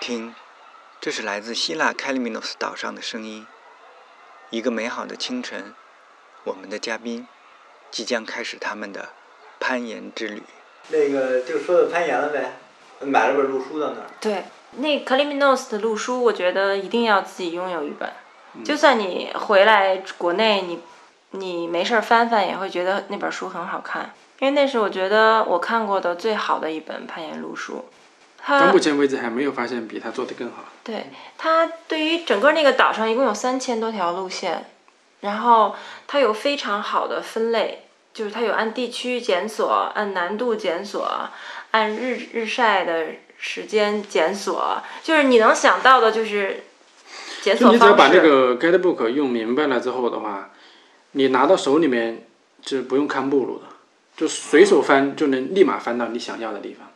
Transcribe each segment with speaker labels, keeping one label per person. Speaker 1: 听，这是来自希腊凯里米诺斯岛上的声音。一个美好的清晨，我们的嘉宾即将开始他们的攀岩之旅。
Speaker 2: 那个就说到攀岩了呗，买了本路书到那儿。
Speaker 3: 对，那 c l i m i n o s 的路书，我觉得一定要自己拥有一本。就算你回来国内，你你没事儿翻翻，也会觉得那本书很好看。因为那是我觉得我看过的最好的一本攀岩路书。
Speaker 4: 到
Speaker 3: 它
Speaker 4: 目前为止还没有发现比他做的更好。
Speaker 3: 对它对于整个那个岛上一共有三千多条路线，然后它有非常好的分类，就是它有按地区检索、按难度检索、按日日晒的时间检索，就是你能想到的，就是检
Speaker 4: 就
Speaker 3: 索
Speaker 4: 你只
Speaker 3: 方
Speaker 4: 要把
Speaker 3: 式。
Speaker 4: 这个 guidebook 用明白了之后的话，你拿到手里面就不用看目录了，就随手翻就能立马翻到你想要的地方，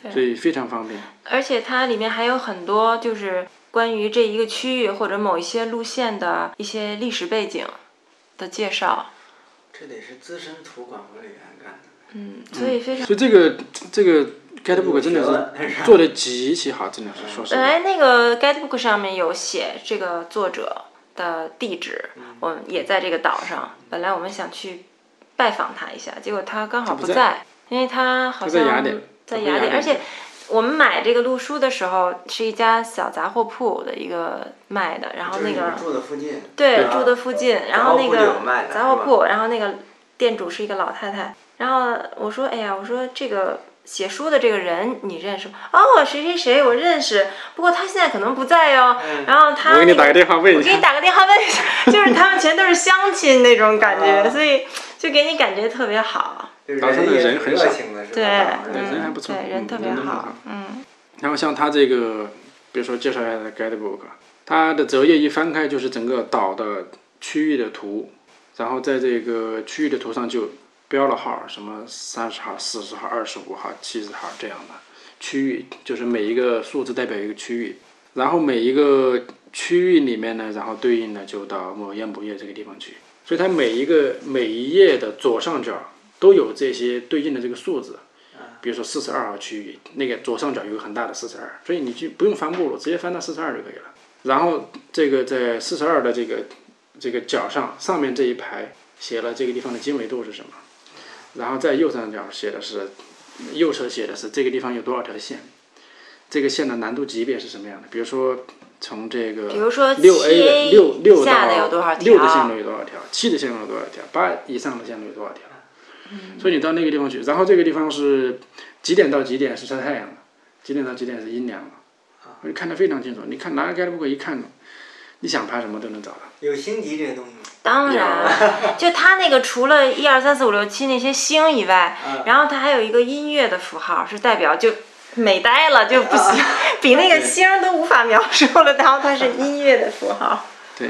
Speaker 3: 对
Speaker 4: 所以非常方便。
Speaker 3: 而且它里面还有很多就是关于这一个区域或者某一些路线的一些历史背景的介绍，
Speaker 2: 这得是资深图管管理员干的。
Speaker 3: 嗯，所以非常。
Speaker 4: 所以这个这个 guidebook 真
Speaker 2: 有学
Speaker 4: 的
Speaker 2: 问
Speaker 4: 是做的极其好，真的是说实
Speaker 3: 本
Speaker 4: 话。
Speaker 3: 哎来那个 guidebook 上面有写这个作者的地址，
Speaker 4: 嗯
Speaker 3: 我们也在这个岛上。本来我们想去拜访他一下，结果他刚好
Speaker 4: 他
Speaker 3: 不
Speaker 4: 不
Speaker 3: 在，
Speaker 4: 在
Speaker 3: 因为他好
Speaker 4: 他在
Speaker 3: 像
Speaker 4: 雅典
Speaker 3: 在
Speaker 4: 他
Speaker 3: 雅
Speaker 4: 回雅典
Speaker 3: 而且我们买这个路书的时候是一家小杂货铺的一个卖的，然后那
Speaker 2: 就是你
Speaker 3: 个
Speaker 2: 们住的附近。
Speaker 3: 对，
Speaker 2: 啊
Speaker 3: 住的附近，然
Speaker 2: 后
Speaker 3: 后那
Speaker 2: 铺就
Speaker 3: 个
Speaker 2: 有卖的
Speaker 3: 杂货
Speaker 2: 是吧
Speaker 3: 铺，然后那个店主是一个老太太，然后我说，哎呀，我说这个写书的这个人你认识吗？哦，谁谁谁，我认识，不过他现在可能不在哟。
Speaker 2: 嗯
Speaker 3: 然后他、那
Speaker 4: 我
Speaker 3: 个，
Speaker 4: 给你打个电话问
Speaker 3: 我
Speaker 4: 一
Speaker 3: 给你
Speaker 4: 下，
Speaker 3: 打个电话问一下， 就是他们全都是乡亲那种感觉，
Speaker 2: 啊
Speaker 3: 所以就给你感觉特别好。
Speaker 2: 就是
Speaker 4: 岛上的
Speaker 2: 也
Speaker 4: 人
Speaker 2: 挺
Speaker 4: 很
Speaker 2: 热
Speaker 4: 少
Speaker 2: 情的是吧？
Speaker 3: 对，
Speaker 2: 岛上人
Speaker 4: 对人还
Speaker 3: 嗯
Speaker 4: 不错
Speaker 3: 对，人
Speaker 4: 嗯
Speaker 3: 特别
Speaker 4: 人都很
Speaker 3: 好
Speaker 4: 好，
Speaker 3: 嗯，
Speaker 4: 然后像他这个，比如说介绍一下的 guidebook，它的折页一翻开就是整个岛的区域的图，然后在这个区域的图上就标了号，什么三十号、四十号、二十五号、七十号这样的区域，就是每一个数字代表一个区域，然后每一个区域里面呢，然后对应的就到某页某页这个地方去，所以它每一个每一页的左上角都有这些对应的这个数字。比如说四十二号区域，那个左上角有个很大的四十二，所以你就不用翻目录，直接翻到四十二就可以了。然后这个在四十二的这个这个角上上面这一排写了这个地方的经纬度是什么，然后在右上角写的是右侧写的是这个地方有多少条线，这个线的难度级别是什么样的，比如说从这个
Speaker 3: 比如说
Speaker 4: 六 A 的六六
Speaker 3: 7下的有多少
Speaker 4: 到
Speaker 3: 条
Speaker 4: 六的线路有多少条，七的线路有多少条，八以上的线路有多少条。
Speaker 3: 嗯
Speaker 4: 所以你到那个地方去，然后这个地方是几点到几点是晒太阳的，几点到几点是阴凉的，
Speaker 3: 啊
Speaker 4: 你看得非常清楚。你看拿个 guidebook 一看，你想拍什么都能找到。
Speaker 2: 有星级这些东西吗？
Speaker 3: 当
Speaker 4: 啊
Speaker 3: 然，就他那个除了一二三四五六七那些星以外，
Speaker 4: 嗯
Speaker 3: 然后他还有一个音乐的符号，是代表就美呆了就不行，
Speaker 4: 嗯
Speaker 3: 比那个星都无法描述了。然后它是音乐的符号，
Speaker 4: 对，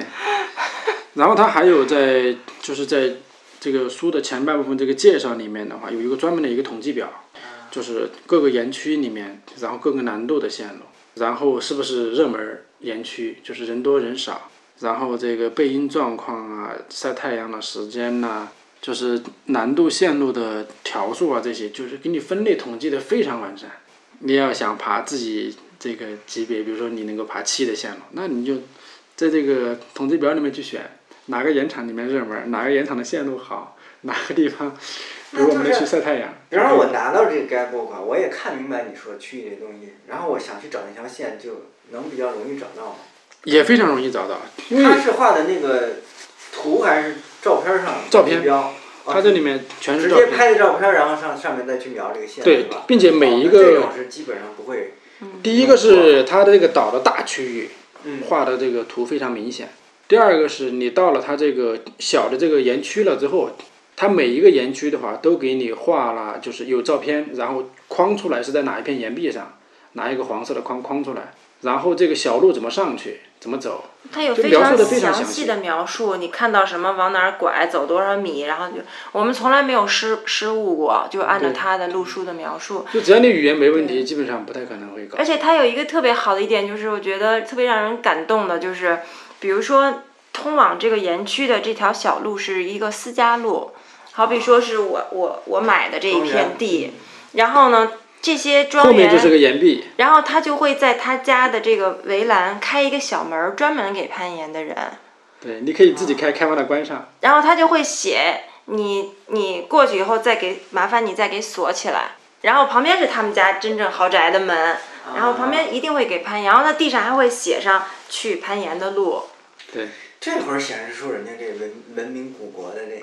Speaker 4: 然后它还有在就是在这个书的前半部分这个介绍里面的话，有一个专门的一个统计表，就是各个园区里面，然后各个难度的线路，然后是不是热门儿园区，就是人多人少，然后这个背阴状况啊，晒太阳的时间呐、就是难度线路的条数啊，这些就是给你分类统计的非常完善。你要想爬自己这个级别，比如说你能够爬七的线路，那你就在这个统计表里面去选哪个盐场里面热门，哪个盐场的线路好，哪个地方，比如我们去晒太阳。
Speaker 2: 比方说，我拿到这个 guidebook，我啊也看明白你说区域这东西，然后我想去找那条线，就能比较容易找到吗？
Speaker 4: 也非常容易找到，因
Speaker 2: 他
Speaker 4: 为
Speaker 2: 是画的那个图还是照片上的
Speaker 4: 照片
Speaker 2: 地标？哦
Speaker 4: 它这里面全是
Speaker 2: 直
Speaker 4: 照
Speaker 2: 接
Speaker 4: 片，
Speaker 2: 拍的照片，然后上上面再去描这个线，
Speaker 4: 对
Speaker 2: 是吧
Speaker 4: 并且每一个
Speaker 2: 哦那这种是基本上不会，
Speaker 4: 第一个是它的这个岛的大区域
Speaker 2: 嗯，
Speaker 4: 画的这个图非常明显。第二个是你到了它这个小的这个园区了之后，它每一个园区的话都给你画了，就是有照片，然后框出来是在哪一片岩壁上，拿一个黄色的框框出来，然后这个小路怎么上去，怎么走，
Speaker 3: 它有
Speaker 4: 就
Speaker 3: 非
Speaker 4: 描述
Speaker 3: 常
Speaker 4: 得非常
Speaker 3: 详
Speaker 4: 详
Speaker 3: 细
Speaker 4: 细
Speaker 3: 的描述，你看到什么往哪儿拐，走多少米，然后就我们从来没有失失误过，就按照
Speaker 4: 对
Speaker 3: 它的路书的描述。
Speaker 4: 就只要你语言没问题，基本上不太可能会搞
Speaker 3: 而。且它有一个特别好的一点，就是我觉得特别让人感动的，就是比如说通往这个园区的这条小路是一个私家路，好比说是我我我买的这一片地，然后呢，这些
Speaker 4: 后
Speaker 3: 庄
Speaker 4: 面就是
Speaker 3: 园，
Speaker 4: 个岩壁，
Speaker 3: 然后他就会在他家的这个围栏开一个小门儿，专门给攀岩的人。
Speaker 4: 对，你可以自己开，开完了关上。
Speaker 3: 然后他就会写你你过去以后再给麻烦你再给锁起来，然后旁边是他们家真正豪宅的门，
Speaker 2: 嗯
Speaker 3: 然后旁边一定会给攀岩，然后那地上还会写上去攀岩的路，
Speaker 4: 对，
Speaker 2: 啊这会儿显示出人家这文文明古国的这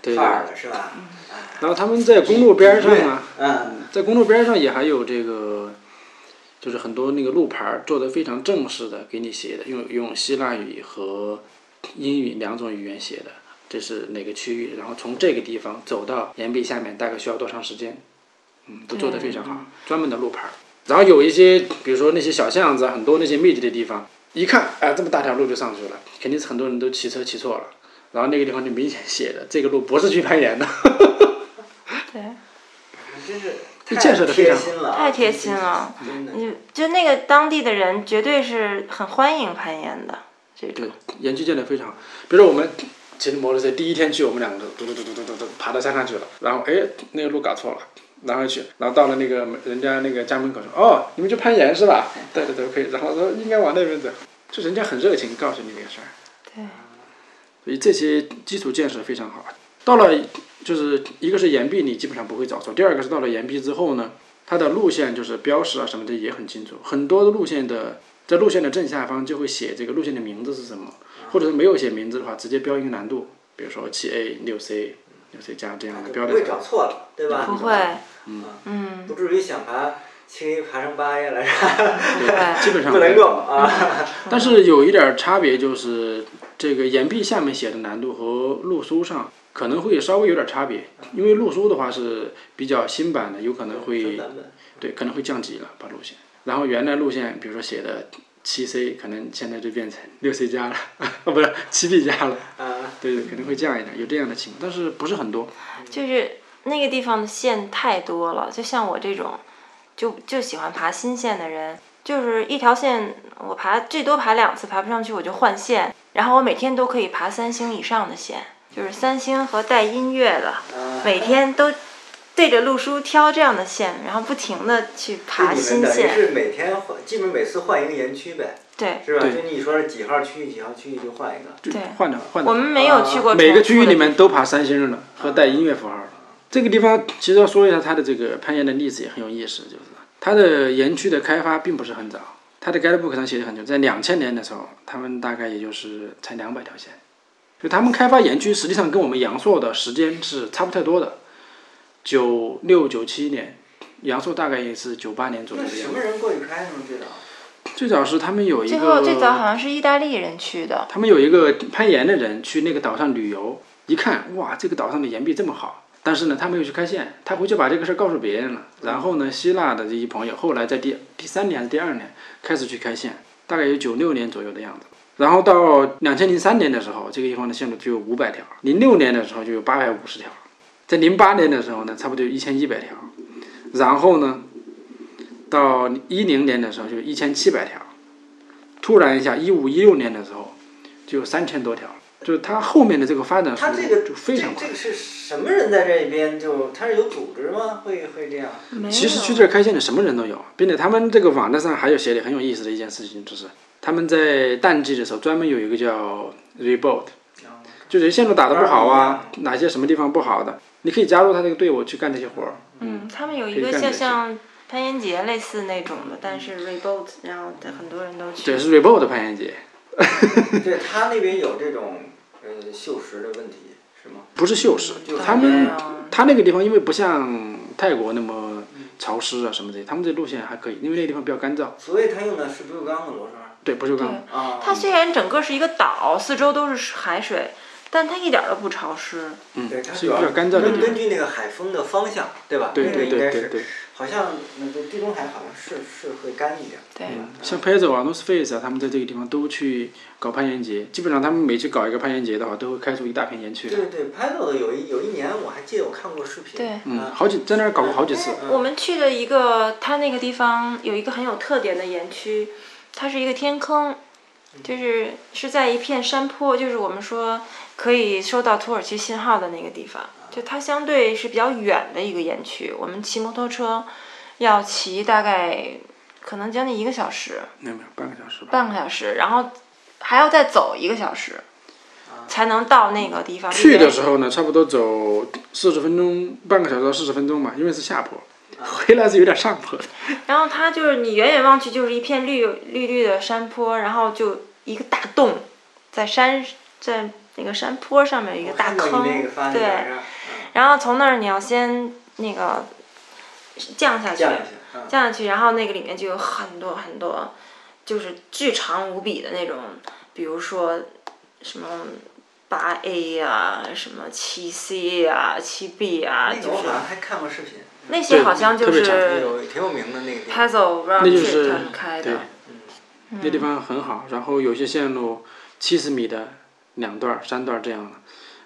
Speaker 4: 对
Speaker 2: 个范儿了，是吧？
Speaker 3: 嗯
Speaker 2: 啊，
Speaker 4: 然后他们在公路边上啊，
Speaker 2: 嗯，
Speaker 4: 在公路边上也还有这个，就是很多那个路牌儿做的非常正式的，给你写的，用用希腊语和英语两种语言写的，这是哪个区域，然后从这个地方走到岩壁下面大概需要多长时间，嗯，都做的非常好，专门的路牌儿。然后有一些，比如说那些小巷子啊，很多那些密集的地方，一看，哎，这么大条路就上去了，肯定是很多人都骑车骑错了。然后那个地方就明显写的，这个路不是去攀岩的。
Speaker 3: 对，
Speaker 2: 真是
Speaker 4: 这
Speaker 2: 太
Speaker 4: 建设得非
Speaker 2: 贴
Speaker 4: 常好
Speaker 2: 心了啊，
Speaker 3: 太贴心了
Speaker 2: 真的。
Speaker 3: 嗯，就那个当地的人绝对是很欢迎攀岩的这种
Speaker 4: 对，，园区建得非常好。比如说我们骑着摩托车第一天去，我们两个嘟嘟嘟嘟嘟嘟嘟爬到山上去了，然后哎那个路搞错了，然后去，然后到了那个人家那个家门口说，哦，你们去攀岩是吧？对对对，可以。然后说应该往那边走，就人家很热情告诉你这个事儿，
Speaker 3: 对，
Speaker 4: 所以这些基础建设非常好。到了就是一个是岩壁，你基本上不会找错；第二个是到了岩壁之后呢，它的路线就是标识啊什么的也很清楚，很多的路线的在路线的正下方就会写这个路线的名字是什么，或者是没有写名字的话，直接标一个难度，比如说七 A、六 C、六 C 加这样的
Speaker 2: 就
Speaker 4: 标
Speaker 2: 不
Speaker 4: 的
Speaker 2: 会。找错了，对吧？
Speaker 3: 不会，
Speaker 2: 嗯，
Speaker 3: 嗯，
Speaker 2: 不至于想爬七 A 爬成八 A 了，是吧
Speaker 4: 对，基本上
Speaker 2: 不能够。啊。
Speaker 4: 但是有一点儿差别就是，这个岩壁下面写的难度和路书上可能会稍微有点儿差别，因为路书的话是比较新版的，有可能
Speaker 2: 分
Speaker 4: 会
Speaker 2: 版本
Speaker 4: 对，可能会降级了，把路线。然后原来路线，比如说写的七 C，可能现在就变成六 C 加了， 啊，不是七 B 加了，
Speaker 2: 啊，
Speaker 4: 对对，可能会降一点，有这样的情况，但是不是很多。
Speaker 3: 就是那个地方的线太多了，就像我这种就就喜欢爬新线的人，就是一条线我爬最多爬两次，爬不上去我就换线，然后我每天都可以爬三星以上的线，就是三星和带音乐的，
Speaker 2: 啊
Speaker 3: 每天都对着路书挑这样的线，然后不停的去爬
Speaker 2: 就你们
Speaker 3: 新
Speaker 2: 等于
Speaker 3: 线，
Speaker 2: 是每天换，基本每次换一个园区呗，
Speaker 3: 对。
Speaker 2: 是吧？
Speaker 4: 对
Speaker 2: 就你说是几号区域几号区域就换一个，
Speaker 4: 对
Speaker 3: 对
Speaker 4: 换着换
Speaker 3: 我
Speaker 4: 着，
Speaker 3: 们没有去过
Speaker 4: 每个
Speaker 3: 重
Speaker 4: 区域
Speaker 3: 复的
Speaker 4: 里面都爬三星了和带音乐符号的。这个地方其实要说一下它的这个攀岩的历史也很有意思，就是它的园区的开发并不是很早，它的 guidebook 上写的很久，在两千年的时候，他们大概也就是才两百条线，就他们开发园区实际上跟我们阳朔的时间是差不太多的，九六九七年，阳朔大概也是九八年左右
Speaker 2: 那
Speaker 4: 的样
Speaker 2: 什
Speaker 4: 子
Speaker 2: 么。人过去开呢？最早
Speaker 4: 最早是他们有一
Speaker 3: 最
Speaker 4: 个
Speaker 3: 后最早好像是意大利人去的，
Speaker 4: 他们有一个攀岩的人去那个岛上旅游，一看哇，这个岛上的岩壁这么好，但是呢，他没有去开线，他回去把这个事儿告诉别人了。然后呢，希腊的这一朋友后来在第第三年还是第二年开始去开线，大概有九六年左右的样子。然后到两千零三年的时候，这个地方的线路就有五百条；零六年的时候就有八百五十条；在零八年的时候呢，差不多有一千一百条；然后呢，到一零年的时候就一千七百条。突然一下，一五一六年的时候，就有三千多条了，就是它后面的这个发展速
Speaker 2: 他这个
Speaker 4: 度就非常
Speaker 2: 这
Speaker 4: 快
Speaker 2: 这。个是什么人在这边？就他是有组织吗？会会这样？
Speaker 3: 没
Speaker 4: 嗯其实
Speaker 3: 有
Speaker 4: 去这儿开线的什么人都有，并且他们这个网站上还有写的很有意思的一件事情，就是他们在淡季的时候专门有一个叫 Rebuild，就是
Speaker 2: 哦
Speaker 4: 线路打得不好啊，哪些什么地方不好的，你可以加入他这个队伍去干这些活儿。
Speaker 3: 嗯，他们有
Speaker 4: 可
Speaker 3: 一
Speaker 4: 以
Speaker 3: 个
Speaker 4: 干
Speaker 3: 像
Speaker 4: 这些
Speaker 3: 像攀岩节类似那种的，但是 Rebuild，然后很多人都
Speaker 4: 对，
Speaker 3: 去。
Speaker 4: 是 Rebuild 的攀岩节，
Speaker 2: 对他那边有这种呃锈蚀的问题是吗？
Speaker 4: 不是锈蚀，
Speaker 2: 就是
Speaker 4: 他
Speaker 3: 对
Speaker 4: 们
Speaker 3: 啊
Speaker 4: 他那个地方因为不像泰国那么潮湿啊什么的，他们这路线还可以，因为那个地方比较干燥。
Speaker 2: 所以他用的是不锈钢的螺栓
Speaker 4: 对，不锈钢。
Speaker 3: 对
Speaker 2: 啊。
Speaker 3: 它虽然整个是一个岛，四周都是海水，但它一点儿都不潮湿。
Speaker 4: 嗯
Speaker 2: 对，它主
Speaker 4: 是一个
Speaker 2: 要
Speaker 4: 比较干燥的
Speaker 2: 根
Speaker 4: 地
Speaker 2: 根
Speaker 4: 方。
Speaker 2: 据那个海风的方向，对吧？
Speaker 4: 对
Speaker 2: 那个
Speaker 4: 对
Speaker 2: 应该
Speaker 4: 对对
Speaker 2: 是，
Speaker 4: 对，
Speaker 2: 好像那个地中海好像是是会干一点。嗯
Speaker 3: 对，
Speaker 4: 像 Pedro 啊、North Face 啊，他们在这个地方都去搞攀岩节，基本上他们每去搞一个攀岩节的话，都会开出一大片岩区来。
Speaker 2: 对对，拍到的有一有一年我还记得我看过视频。
Speaker 3: 对
Speaker 4: 嗯，
Speaker 2: 啊，
Speaker 4: 好几在那儿搞过好几次。
Speaker 3: 我们去的一个，它那个地方有一个很有特点的岩区，它是一个天坑，就是是在一片山坡，就是我们说可以收到土耳其信号的那个地方。就它相对是比较远的一个岩区，我们骑摩托车要骑大概可能将近一个小时，
Speaker 4: 那没有半个小时吧。
Speaker 3: 半个小时，然后还要再走一个小时，才能到那个地方。
Speaker 4: 啊去的时候呢，差不多走四十分钟，半个小时到四十分钟吧，因为是下坡，回来是有点上坡的。
Speaker 3: 然后它就是你远远望去就是一片绿绿绿的山坡，然后就一个大洞，在山在那个山坡上面有一个
Speaker 2: 我
Speaker 3: 大
Speaker 2: 看到
Speaker 3: 坑
Speaker 2: 你那个发，那
Speaker 3: 对，
Speaker 2: 个
Speaker 3: 然后从那儿你要先那个降下
Speaker 2: 嗯降
Speaker 3: 去，
Speaker 2: 一下，嗯
Speaker 3: 降下去，然后那个里面就有很多很多，就是巨长无比的那种，比如说什么八 A 啊，什么七 C 啊，七 B 啊，
Speaker 2: 那
Speaker 3: 就
Speaker 2: 个我
Speaker 3: 是
Speaker 2: 好像还看过视频，
Speaker 3: 那些
Speaker 4: 对
Speaker 3: 好像就
Speaker 4: 特别长
Speaker 3: 是
Speaker 2: 有挺有名的那个地方。
Speaker 3: Puzzle
Speaker 4: 那
Speaker 3: Round
Speaker 4: 就
Speaker 3: Trip
Speaker 4: 是
Speaker 3: 他们开
Speaker 4: 对
Speaker 3: 的，
Speaker 4: 那
Speaker 3: 嗯
Speaker 4: 地方很好。然后有些线路七十米的两段儿、三段儿这样的，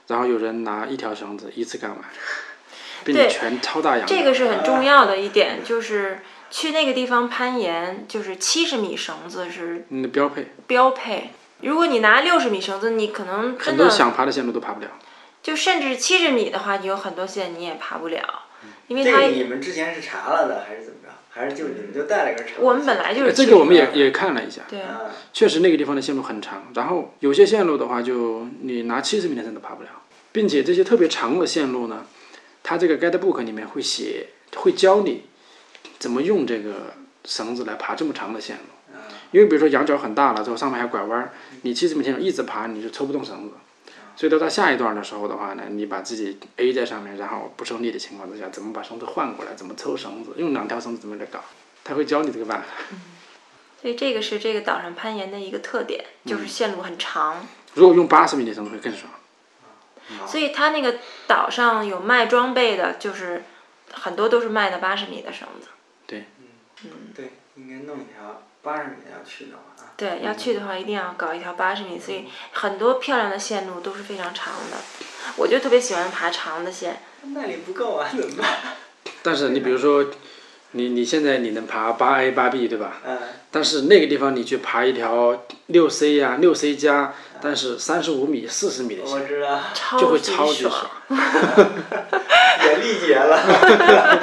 Speaker 4: 然后有人拿一条绳子一次干完，并且
Speaker 3: 对
Speaker 4: 全超大氧。
Speaker 3: 这个是很重要的一点，就是去那个地方攀岩，就是七十米绳子是
Speaker 4: 你的标配，
Speaker 3: 标配。如果你拿六十米绳子，你可能
Speaker 4: 很
Speaker 3: 真
Speaker 4: 多
Speaker 3: 的
Speaker 4: 想爬的线路都爬不了。
Speaker 3: 就甚至七十米的话，你有很多线你也爬不了，因为
Speaker 2: 这个
Speaker 3: 它
Speaker 2: 你们之前是查了的，还是怎么着？还是就你们就带了个人查？
Speaker 3: 我们本来就是
Speaker 4: 哎呃这
Speaker 3: 70
Speaker 4: 个我们
Speaker 3: 米
Speaker 4: 也也看了一下，
Speaker 3: 对
Speaker 2: 啊，
Speaker 4: 确实那个地方的线路很长，然后有些线路的话，就你拿七十米的绳都爬不了，并且这些特别长的线路呢，它这个 guidebook 里面会写，会教你怎么用这个绳子来爬这么长的线路。因为比如说羊角很大了之后，上面还拐弯儿，你七十米线路一直爬，你就抽不动绳子。所以到到下一段的时候的话呢，你把自己 A 在上面，然后不受力的情况之下，怎么把绳子换过来，怎么抽绳子，用两条绳子怎么来搞，他会教你这个办法。
Speaker 3: 所以这个是这个岛上攀岩的一个特点，就是线路很长。
Speaker 4: 如果用八十米的绳子会更爽。
Speaker 3: 所以它那个岛上有卖装备的，就是很多都是卖的八十米的绳子。
Speaker 2: 嗯
Speaker 3: 嗯
Speaker 2: 对，应该弄一条八十米要去的话啊。
Speaker 3: 对，要去的话一定要搞一条八十米，所以很多漂亮的线路都是非常长的。我就特别喜欢爬长的线，
Speaker 2: 耐力不够啊，怎么办？
Speaker 4: 但是你比如说，你你现在你能爬八 A 八 B 对吧？
Speaker 2: 嗯，
Speaker 4: 但是那个地方你去爬一条六 C 呀、六 C 加，但是三十五米、四十米的
Speaker 2: 我
Speaker 4: 线
Speaker 2: 知道，
Speaker 3: 超
Speaker 4: 就会
Speaker 3: 级
Speaker 4: 超级
Speaker 3: 爽，
Speaker 4: 爽。
Speaker 2: 也力竭了。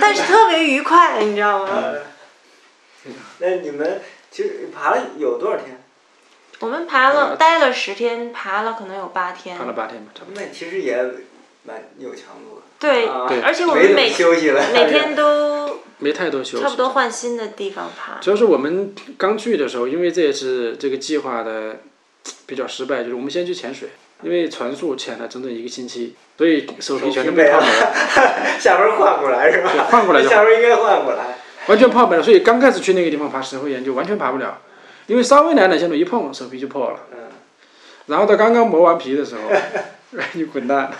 Speaker 3: 但是特别愉快，你知道吗？
Speaker 4: 呃
Speaker 2: 那你们其实爬了有多少天？
Speaker 3: 我们爬
Speaker 4: 呃
Speaker 3: 了待了十天，爬了可能有八天
Speaker 4: 爬，了八天吧，差不多。
Speaker 2: 那其实也蛮有强度的。
Speaker 3: 对，
Speaker 2: 啊
Speaker 3: 而且我们
Speaker 2: 没怎么
Speaker 3: 每
Speaker 2: 休息了，
Speaker 3: 每天都
Speaker 4: 没太多休息。
Speaker 3: 差不多换新的地方爬。
Speaker 4: 主要是我们刚去的时候，因为这也是这个计划的比较失败，就是我们先去潜水，因为船速潜了整整一个星期，所以手皮全都被泡没了，
Speaker 2: 下边换过来是吧？
Speaker 4: 换过来就
Speaker 2: 下边应该换过来。
Speaker 4: 完全泡没了。所以刚开始去那个地方爬石灰岩就完全爬不了，因为稍微难的线路一碰，手皮就破了。
Speaker 2: 嗯，
Speaker 4: 然后他刚刚磨完皮的时候， 你滚蛋！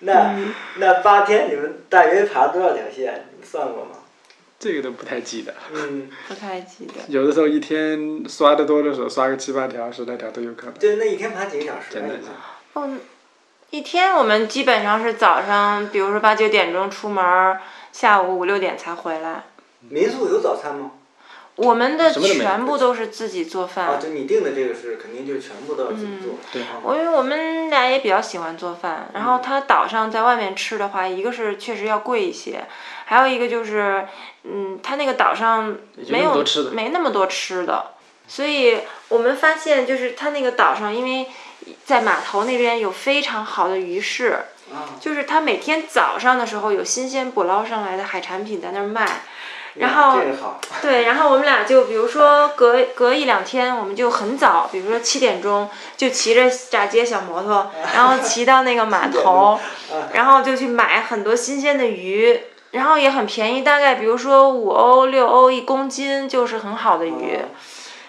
Speaker 2: 那
Speaker 3: 嗯
Speaker 2: 那八天你们大约爬多少条线？你们算过 吗？
Speaker 4: 这个都不太记得，
Speaker 2: 嗯，
Speaker 3: 不太记得，
Speaker 4: 有的时候一天刷的多的时候，刷个七八条、十来条都有可能。
Speaker 2: 对，那一天爬几个小时啊？
Speaker 4: 真的
Speaker 2: 你们
Speaker 3: 嗯，一天我们基本上是早上，比如说八九点钟出门儿，下午五六点才回来。
Speaker 2: 民宿有早餐吗？
Speaker 3: 我们的
Speaker 4: 什么都没有哦
Speaker 3: 全部都是自己做
Speaker 2: 啊，
Speaker 3: 饭，
Speaker 2: 就你定的这个是肯定就是全部都要自己
Speaker 4: 嗯
Speaker 2: 做。对。
Speaker 3: 我因为我们俩也比较喜欢做饭，然
Speaker 4: 嗯
Speaker 3: 后它岛上在外面吃的话，一个是确实要贵一些，还有一个就是，嗯，它那个岛上没
Speaker 4: 那么
Speaker 3: 有
Speaker 4: 多吃的
Speaker 3: 没那么多吃的，所以我们发现就是它那个岛上，因为在码头那边有非常好的鱼市，
Speaker 2: 啊，
Speaker 3: 就是它每天早上的时候有新鲜捕捞上来的海产品在那儿卖，然
Speaker 2: 啊
Speaker 3: 后
Speaker 2: 这个好。
Speaker 3: 对，然后我们俩就比如说隔隔一两天，我们就很早，比如说七点钟就骑着炸街小摩托，然后骑到那个码头，
Speaker 2: 啊
Speaker 3: 然后就去买很多新鲜的鱼，然后也很便宜，大概比如说五欧六欧一公斤，就是很好的鱼，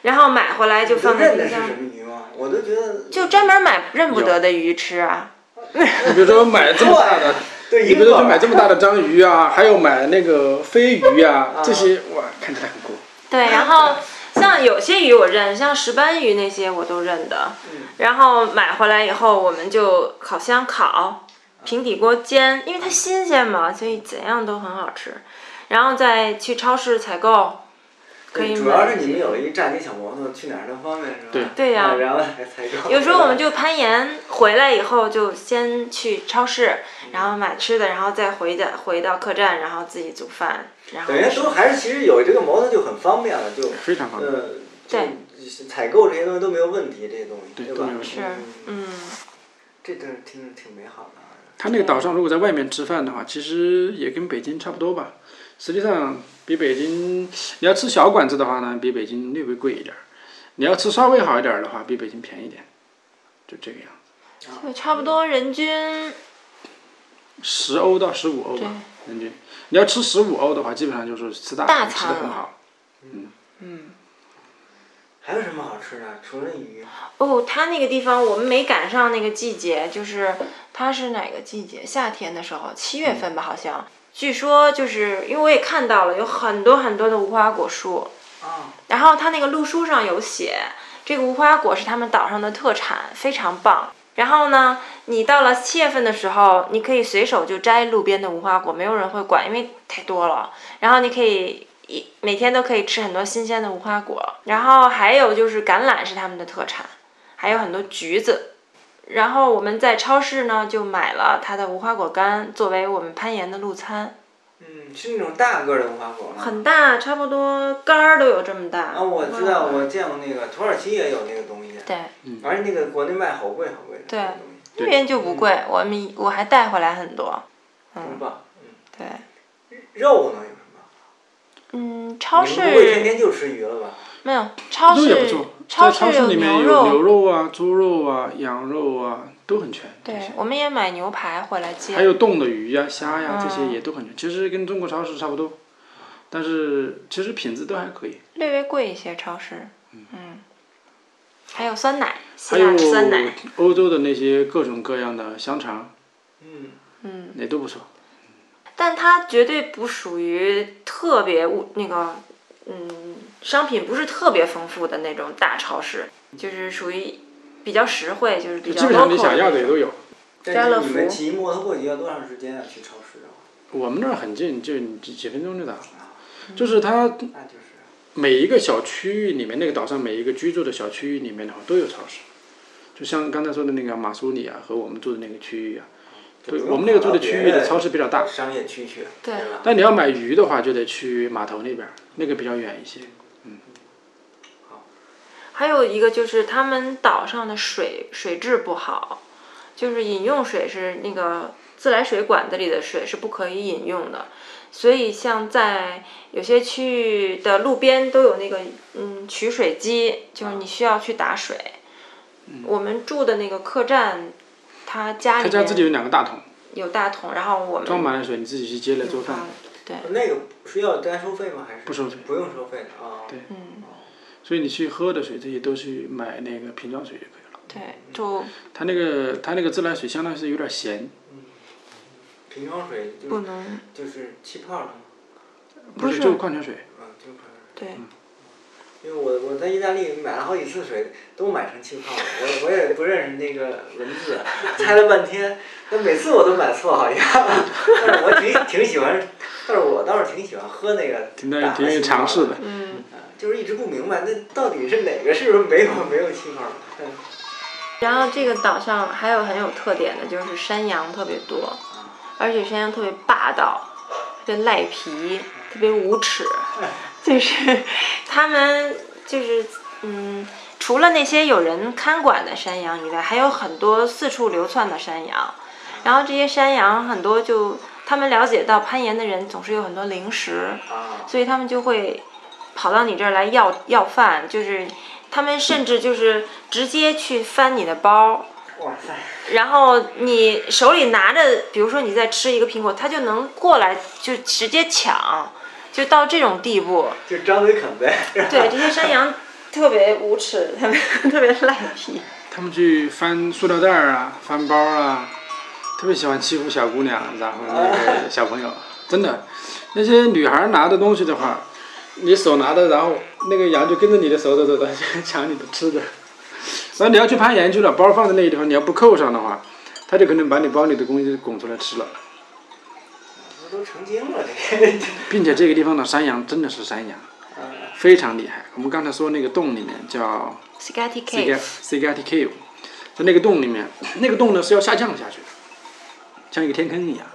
Speaker 3: 然后买回来就
Speaker 2: 哦你都
Speaker 3: 放在
Speaker 2: 认
Speaker 3: 冰
Speaker 2: 得是
Speaker 3: 箱，
Speaker 2: 什么鱼吗？我都觉得
Speaker 3: 就专门买认不得的鱼吃啊。
Speaker 4: 你比如说买 这么大的，
Speaker 2: 对，
Speaker 4: 你
Speaker 2: 一
Speaker 4: 比
Speaker 2: 个
Speaker 4: 如
Speaker 2: 多
Speaker 4: 说买这么大的章鱼啊，还有买那个飞鱼啊，这些哇，看起来很酷。
Speaker 3: 对，然后像有些鱼我认，像石斑鱼那些我都认得。
Speaker 2: 嗯
Speaker 3: 然后买回来以后，我们就烤箱
Speaker 2: 啊
Speaker 3: 烤，平底锅煎，因为它新鲜嘛，所以怎样都很好吃。然后再去超市采购，可以
Speaker 2: 对
Speaker 3: 买。
Speaker 2: 主要是你们有一炸街小摩托，去哪儿都方便是吧？啊对
Speaker 3: 对呀
Speaker 2: 然后才采购。嗯
Speaker 3: 有时候我们就攀岩回来以后，就先去超市，然后买吃的，然后再回家回到客栈，然后自己煮饭，然后
Speaker 2: 等于说还是其实有这个矛盾就很方便了，就
Speaker 4: 非常方便。
Speaker 2: 呃，就采购这些东西都没有问题，这些东西
Speaker 4: 对
Speaker 2: 吧
Speaker 4: 都没有？问题
Speaker 3: 是嗯，
Speaker 2: 这真是听着挺美好的啊。
Speaker 4: 他那个岛上如果在外面吃饭的话，其实也跟北京差不多吧。实际上比北京，你要吃小馆子的话呢，比北京略微贵一点儿；你要吃稍微好一点儿的话，比北京便宜一点，就这个样，
Speaker 2: 啊
Speaker 3: 就差不多人均
Speaker 4: 十欧到十五欧吧，人均。你要吃十五欧的话，基本上就是吃大
Speaker 3: 大
Speaker 4: 餐，吃
Speaker 3: 餐
Speaker 4: 的很
Speaker 3: 了
Speaker 4: 好。
Speaker 2: 还有什么好吃的？除了鱼，
Speaker 3: 哦，他那个地方我们没赶上那个季节，就是他是哪个季节？夏天的时候，七月份吧，好像。据说就是因为我也看到了，有很多很多的无花果树，
Speaker 2: 啊，
Speaker 3: 然后他那个路书上有写，这个无花果是他们岛上的特产，非常棒。然后呢，你到了七月份的时候，你可以随手就摘路边的无花果，没有人会管，因为太多了。然后你可以一每天都可以吃很多新鲜的无花果。然后还有就是橄榄是他们的特产，还有很多橘子。然后我们在超市呢就买了它的无花果干，作为我们攀岩的路餐，
Speaker 2: 嗯，是那种大个儿的无花果吗？
Speaker 3: 很大，差不多杆儿都有这么大。
Speaker 2: 啊，我知道，我见过那个土耳其也有那个东西，
Speaker 3: 对。
Speaker 4: 嗯
Speaker 2: 而且那个国内卖好贵好贵的
Speaker 3: 对
Speaker 2: 那个东西，
Speaker 3: 那边就不贵，
Speaker 4: 嗯
Speaker 3: 我们我还带回来很多。
Speaker 2: 很
Speaker 3: 嗯，
Speaker 2: 棒。嗯，
Speaker 3: 对，
Speaker 2: 肉呢有什么？
Speaker 3: 嗯，超
Speaker 2: 你们不会天
Speaker 3: 市
Speaker 2: 天就吃鱼了吧？
Speaker 3: 没有，超
Speaker 4: 肉也不
Speaker 3: 市
Speaker 4: 错，在
Speaker 3: 超
Speaker 4: 超
Speaker 3: 市
Speaker 4: 市里面
Speaker 3: 牛
Speaker 4: 有牛肉啊、猪肉啊、羊肉啊，都很全。这
Speaker 3: 对
Speaker 4: 些，
Speaker 3: 我们也买牛排回来
Speaker 4: 还
Speaker 3: 煎。
Speaker 4: 有冻的鱼呀、虾呀，这些
Speaker 3: 嗯
Speaker 4: 也都很全，其实跟中国超市差不多，但是其实品质都还可以。
Speaker 3: 略微贵一些，超市。嗯，还有酸奶，希
Speaker 4: 还有
Speaker 3: 腊酸奶。
Speaker 4: 欧洲的那些各种各样的香肠
Speaker 2: 嗯，
Speaker 3: 嗯，
Speaker 4: 也都不错。
Speaker 3: 但它绝对不属于特别物那个，嗯，商品不是特别丰富的那种大超市，就是属于比较实惠，就是比较
Speaker 4: 就基本上你
Speaker 3: local
Speaker 4: 想要
Speaker 3: 那
Speaker 4: 的也
Speaker 3: 种
Speaker 4: 都有。
Speaker 3: 家乐
Speaker 2: 但是
Speaker 3: 福
Speaker 2: 你们骑摩托过去要多长时间啊？去超市的话，
Speaker 4: 我们那儿很近，就几几分钟就到了。
Speaker 3: 嗯
Speaker 4: 就是它
Speaker 2: 那就是
Speaker 4: 每一个小区域里面，那个岛上每一个居住的小区域里面的话都有超市。就像刚才说的那个马苏里啊，和我们住的那个区域啊，对我们那个住的区域的超市比较大，
Speaker 2: 商业区去，
Speaker 3: 对
Speaker 2: 吧？
Speaker 4: 但你要买鱼的话，就得去码头那边儿，那个比较远一些。
Speaker 3: 还有一个就是他们岛上的水水质不好，就是饮用水是那个自来水管子里的水是不可以饮用的，所以像在有些区域的路边都有那个嗯取水机，就是你需要去打水。我们住的那个客栈，他家
Speaker 4: 他
Speaker 3: 里
Speaker 4: 家自己
Speaker 3: 面
Speaker 4: 有两个大桶，
Speaker 3: 有大桶，然后我们
Speaker 4: 装满了水，你自己去接来做饭
Speaker 3: 啊，对，
Speaker 2: 那个是要单收费吗？还是
Speaker 4: 不收费
Speaker 2: 不用收费的哦啊。
Speaker 4: 对
Speaker 3: 嗯
Speaker 4: 所以你去喝的水这些都去买那个瓶装水就可以了。
Speaker 3: 对，就
Speaker 4: 它那个它那个自来水相当于是有点咸，
Speaker 2: 瓶装水就
Speaker 3: 不能
Speaker 2: 就是气泡的嘛，
Speaker 4: 不
Speaker 3: 不
Speaker 4: 是
Speaker 3: 是
Speaker 4: 就是矿泉水。
Speaker 2: 嗯，就是瓶装水。
Speaker 3: 对。
Speaker 2: 因为我我在意大利买了好几次水，都买成气泡了，我我也不认识那个文字， 猜了半天，但每次我都买错好像， 但是我挺挺喜欢，但是我倒是挺喜欢喝那个
Speaker 4: 挺愿
Speaker 2: 打
Speaker 4: 意挺愿意尝试的，
Speaker 3: 嗯。
Speaker 2: 就是一直不明白那到底是哪个是不是没有没有气泡 的，嗯
Speaker 3: 然后这个岛上还有很有特点的就是山羊特别多，而且山羊特别霸道，特别赖皮，特别无耻，就是 他们就是嗯，除了那些有人看管的山羊以外，还有很多四处流窜的山羊。然后这些山羊很多就他们了解到攀岩的人总是有很多零食，
Speaker 2: 啊，
Speaker 3: 所以他们就会跑到你这儿来要要饭，就是他们甚至就是直接去翻你的包，
Speaker 2: 哇塞，
Speaker 3: 然后你手里拿着，比如说你在吃一个苹果，他就能过来就直接抢，就到这种地步。
Speaker 2: 就张嘴啃呗，
Speaker 3: 对，这些山羊特别无耻，他们特别赖皮。
Speaker 4: 他们去翻塑料袋儿啊，翻包啊，特别喜欢欺负小姑娘，然后那个小朋友，真的，那些女孩拿的东西的话，你手拿着，然后那个羊就跟着你的手走走走，就 抢你的吃的。然后你要去攀岩去了，包放在那个地方，你要不扣上的话，他就可能把你包里的东西拱出来吃了，
Speaker 2: 我都成精了这个，
Speaker 4: 并且这个地方的山羊真的是山羊，
Speaker 2: 嗯
Speaker 4: 非常厉害。我们刚才说那个洞里面叫
Speaker 3: s c a t t y
Speaker 4: c i g a
Speaker 3: Cave，
Speaker 4: c i g a t Cave，在那个洞里面，那个洞呢是要下降下去的，像一个天坑一样。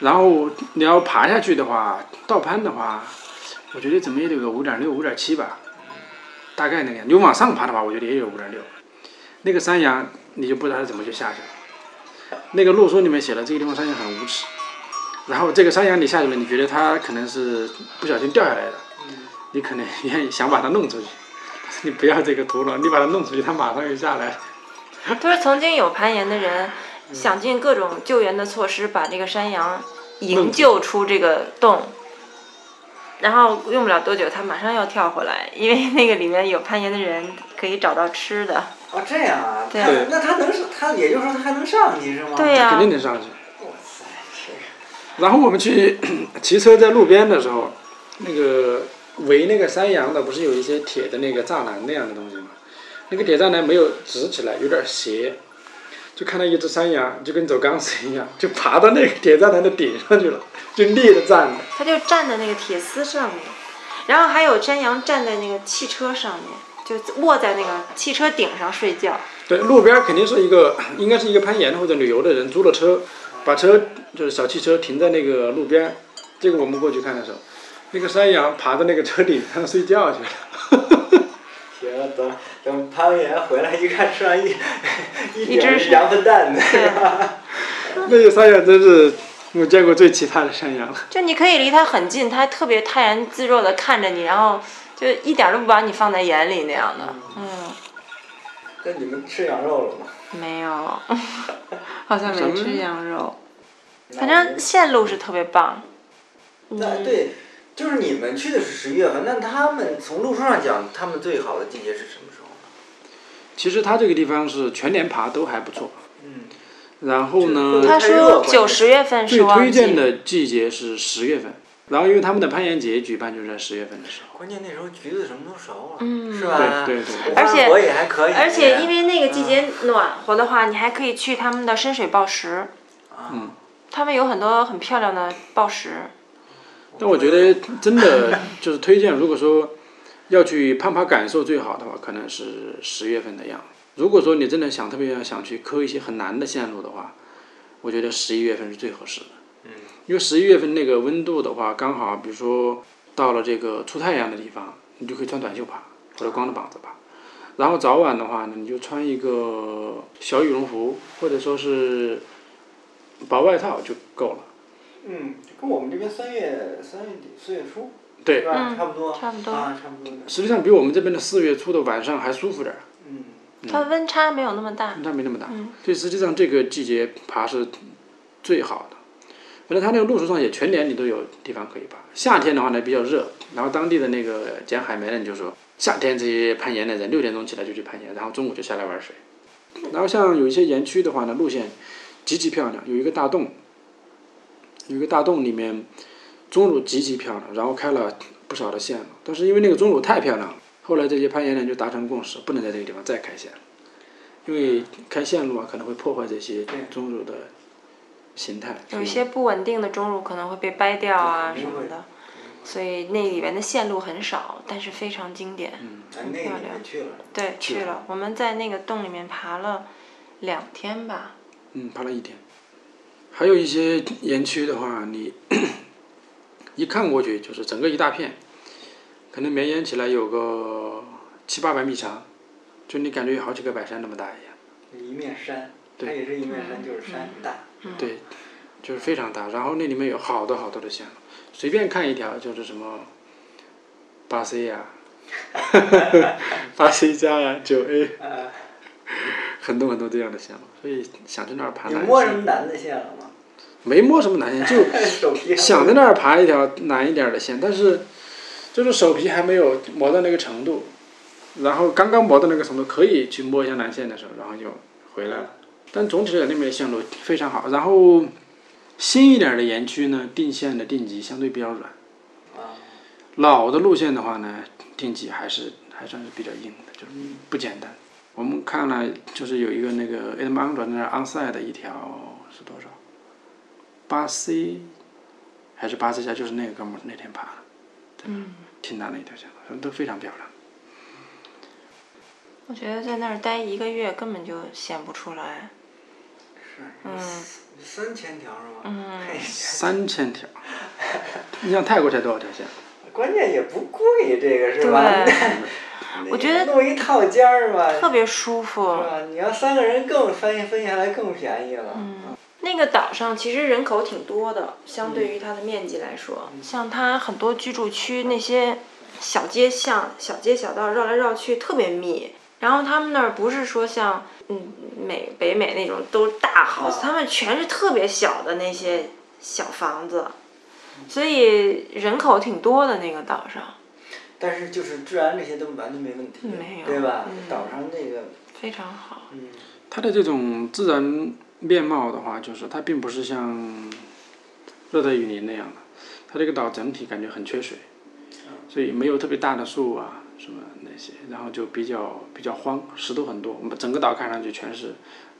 Speaker 4: 然后你要爬下去的话，倒攀的话，我觉得怎么也得有个五点六、五点七吧，大概那个样。你往上爬的话，我觉得也有五点六。那个山崖你就不知道它怎么去下去了。那个路书里面写了这个地方山崖很无耻，然后这个山崖你下去了，你觉得它可能是不小心掉下来的，
Speaker 3: 嗯
Speaker 4: 你可能也想把它弄出去，但是你不要这个图了，你把它弄出去，它马上就下来了。
Speaker 3: 他说曾经有攀岩的人想尽各种救援的措施，把这个山羊营救出这个洞，然后用不了多久，他马上要跳回来，因为那个里面有攀岩的人可以找到吃的。
Speaker 2: 哦，这样啊，
Speaker 3: 对
Speaker 2: 他那他能上，他也就是说他还能上去是吗？
Speaker 3: 对呀、
Speaker 4: 肯定得上去。
Speaker 2: 哇塞，这
Speaker 4: 然后我们去 骑车在路边的时候，那个围那个山羊的不是有一些铁的那个栅栏那样的东西吗？那个铁栅栏没有直起来，有点斜，就看到一只山羊就跟走钢丝一样，就爬到那个铁栅栏的顶上去了，就立着站着。
Speaker 3: 他就站在那个铁丝上面，然后还有山羊站在那个汽车上面，就卧在那个汽车顶上睡觉。
Speaker 4: 对，路边肯定是一个， 应该是一个攀岩或者旅游的人租了车，把车就是小汽车停在那个路边。这个我们过去看的时候，那个山羊爬到那个车顶上睡觉去了。
Speaker 2: 行了，等等攀岩回来一看，吃完 一一
Speaker 3: 一只嗯
Speaker 2: 顶
Speaker 3: 是
Speaker 2: 羊粪蛋的，
Speaker 3: 对，
Speaker 4: 那个山羊真是我见过最奇葩的山羊了。
Speaker 3: 就你可以离它很近，它特别泰然自若的看着你，然后就一点都不把你放在眼里那样的。嗯，
Speaker 2: 那你们吃羊肉了吗？
Speaker 3: 没有，好像没吃羊肉。
Speaker 2: 那
Speaker 3: 反
Speaker 2: 我
Speaker 3: 正
Speaker 2: 们
Speaker 3: 线路是特别棒。
Speaker 2: 那
Speaker 3: 嗯，
Speaker 2: 对，就是你们去的是十一月份，那他们从路书上讲，他们最好的季节是什么时候？啊
Speaker 4: 其实它这个地方是全年爬都还不错。
Speaker 2: 嗯，
Speaker 4: 然后呢，
Speaker 3: 他
Speaker 2: 太热
Speaker 3: 说
Speaker 2: 了
Speaker 3: 九十月份
Speaker 4: 最
Speaker 3: 是旺
Speaker 4: 推荐
Speaker 3: 季，
Speaker 4: 的季节是十月份。然后因为他们的攀岩节举办就是在十月份的时候。
Speaker 2: 关键那时候橘子什么都熟了，
Speaker 3: 嗯
Speaker 2: 是吧？
Speaker 4: 对对对
Speaker 2: 武汉
Speaker 3: 而且
Speaker 2: 火也还可以，
Speaker 3: 而且因为那个季节暖和的话，你还可以去他们的深水抱石，
Speaker 4: 嗯
Speaker 2: 啊，
Speaker 3: 他们有很多很漂亮的抱石。
Speaker 4: 但我觉得真的 就是推荐，如果说要去攀爬感受最好的话，可能是十月份的样子。如果说你真的想特别要想去磕一些很难的线路的话，我觉得十一月份是最合适的。
Speaker 2: 嗯，
Speaker 4: 因为十一月份那个温度的话，刚好比如说到了这个出太阳的地方，你就可以穿短袖爬或者光着膀子爬。然后早晚的话呢，你就穿一个小羽绒服或者说是薄外套就够了。
Speaker 2: 嗯，跟我们这边三月三月底四月初，
Speaker 4: 对
Speaker 2: 是吧
Speaker 3: 嗯
Speaker 2: 差不多，
Speaker 3: 差不多
Speaker 2: 啊，差不多，
Speaker 4: 实际上比我们这边的四月初的晚上还舒服点儿，
Speaker 2: 嗯，
Speaker 3: 它温差没有那么大，
Speaker 4: 温差没那么大。
Speaker 3: 嗯
Speaker 4: 所以实际上这个季节爬是最好的。反正它那个路途上也全年你都有地方可以爬。夏天的话呢比较热，然后当地的那个捡海绵的人就说，夏天这些攀岩的人六点钟起来就去攀岩，然后中午就下来玩水。然后像有一些岩区的话呢，路线极其漂亮，有一个大洞，有一个大洞里面钟乳极其漂亮，然后开了不少的线路，但是因为那个钟乳太漂亮了，后来这些攀岩人就达成共识，不能在这个地方再开线了，因为开线路啊可能会破坏这些
Speaker 2: 对
Speaker 4: 钟乳的形态。
Speaker 3: 有一些不稳定的钟乳可能会被掰掉啊
Speaker 2: 对
Speaker 3: 什
Speaker 2: 肯定
Speaker 3: 么
Speaker 2: 会
Speaker 3: 的，所以那里面的线路很少，但是非常经典。
Speaker 2: 哎，那个
Speaker 3: 漂
Speaker 2: 你
Speaker 3: 亮
Speaker 2: 们去了，
Speaker 3: 对，
Speaker 4: 是
Speaker 3: 去了，我们在那个洞里面爬了两天吧。
Speaker 4: 嗯，爬了一天。还有一些园区的话，你 一看过去就是整个一大片，可能绵延起来有个七八百米长，就你感觉有好几个百山那么大一样，
Speaker 2: 一面山，它
Speaker 4: 对
Speaker 2: 也是一面山，就是山
Speaker 3: 嗯
Speaker 2: 大，
Speaker 4: 对，就是非常大。然后那里面有好多好多的线路，随便看一条就是什么八 C 呀、 八 C 加呀、九 A，
Speaker 2: 啊，
Speaker 4: 很多很多这样的线路，所以想去那儿爬
Speaker 2: 你
Speaker 4: 难
Speaker 2: 摸什
Speaker 4: 线
Speaker 2: 么难的线了吗？
Speaker 4: 没摸什么难线，就
Speaker 2: 手皮还
Speaker 4: 想在那儿爬一条难一点儿的线，但是就是手皮还没有磨到那个程度，然后刚刚磨到那个程度，可以去摸一下南线的时候，然后就回来了。但总体来讲，那边的线路非常好。然后新一点儿的园区呢，定线的定级相对比较软；
Speaker 2: 啊，
Speaker 4: 老的路线的话呢，定级还是还算是比较硬的，就是不简单。我们看了，就是有一个那个 Adam a n d r 那儿 onside 的一条是多少？八 C 还是八 C 加？就是那个哥们儿那天爬的，
Speaker 3: 嗯，
Speaker 4: 挺难的一条线路，都非常漂亮。
Speaker 3: 我觉得在那儿待一个月根本就显不出来。
Speaker 2: 是，
Speaker 3: 嗯，
Speaker 2: 三千条是吗？
Speaker 3: 嗯
Speaker 2: 嘿
Speaker 4: 三千条，你像泰国才多少条线？啊
Speaker 2: 关键也不贵，这个是吧？
Speaker 3: 我觉得
Speaker 2: 弄一套间儿嘛，是
Speaker 3: 特别舒服。
Speaker 2: 吧？你要三个人更分分下来更便宜了。
Speaker 3: 嗯
Speaker 2: 嗯
Speaker 3: 那个岛上其实人口挺多的，相对于它的面积来说，像它很多居住区那些小街巷、小街小道绕来绕去特别密。然后他们那儿不是说像嗯美北美那种都大 house，他们全是特别小的那些小房子，所以人口挺多的那个岛上，
Speaker 2: 但是就是治安这些都完全没问题，
Speaker 3: 没有
Speaker 2: 对吧？
Speaker 3: 嗯
Speaker 2: 岛上这个，
Speaker 3: 非常好。
Speaker 2: 嗯，
Speaker 4: 它的这种自然面貌的话，就是它并不是像热带雨林那样的，它这个岛整体感觉很缺水，所以没有特别大的树啊什么那些，然后就比较比较荒，石头很多，我们整个岛看上去全是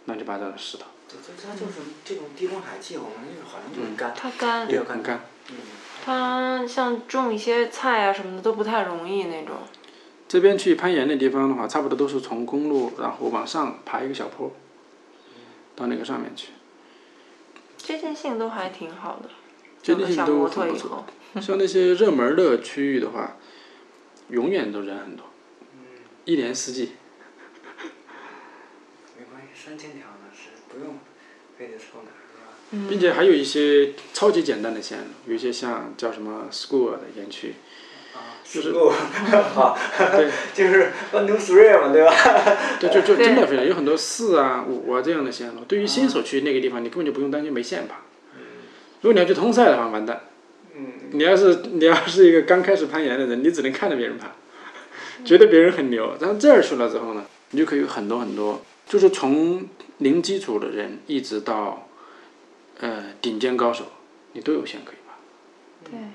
Speaker 4: 乱七八糟的石头，
Speaker 2: 就就它就是这种地中海气候，就是好像就是干，
Speaker 3: 它干，
Speaker 2: 也有
Speaker 4: 很
Speaker 2: 干，嗯，
Speaker 4: 嗯干。
Speaker 3: 它像种一些菜啊什么的都不太容易那种。
Speaker 4: 这边去攀岩的地方的话，差不多都是从公路然后往上爬一个小坡，
Speaker 3: 嗯
Speaker 4: 到那个上面去，
Speaker 3: 接近性都还挺好的，
Speaker 4: 接
Speaker 3: 有
Speaker 4: 近
Speaker 3: 个
Speaker 4: 性
Speaker 3: 小
Speaker 4: 都
Speaker 3: 摩
Speaker 4: 很
Speaker 3: 托
Speaker 4: 不
Speaker 3: 以
Speaker 4: 错。
Speaker 3: 后，
Speaker 4: 像那些热门的区域的话，永远都人很多，
Speaker 3: 嗯
Speaker 4: 一年四季。
Speaker 2: 没关系，三千条呢是不用非得凑哪儿是吧？
Speaker 4: 并且还有一些超级简单的线路，有一些像叫什么 school 的园区，
Speaker 2: 啊，
Speaker 4: 就是
Speaker 2: 是够 好，
Speaker 4: 对
Speaker 2: 就是万牛 three 嘛，对吧？
Speaker 4: 对，就就
Speaker 3: 对嗯
Speaker 4: 真的非常有很多四啊、五啊这样的线路。对于新手去那个地方，你根本就不用担心没线爬。如果你要去通赛的话，完蛋。
Speaker 2: 嗯，
Speaker 4: 你要是你要是一个刚开始攀岩的人，你只能看着别人爬，觉得别人很牛。但这儿去了之后呢，你就可以有很多很多，就是从零基础的人一直到呃顶尖高手，你都有线可以爬。
Speaker 3: 对。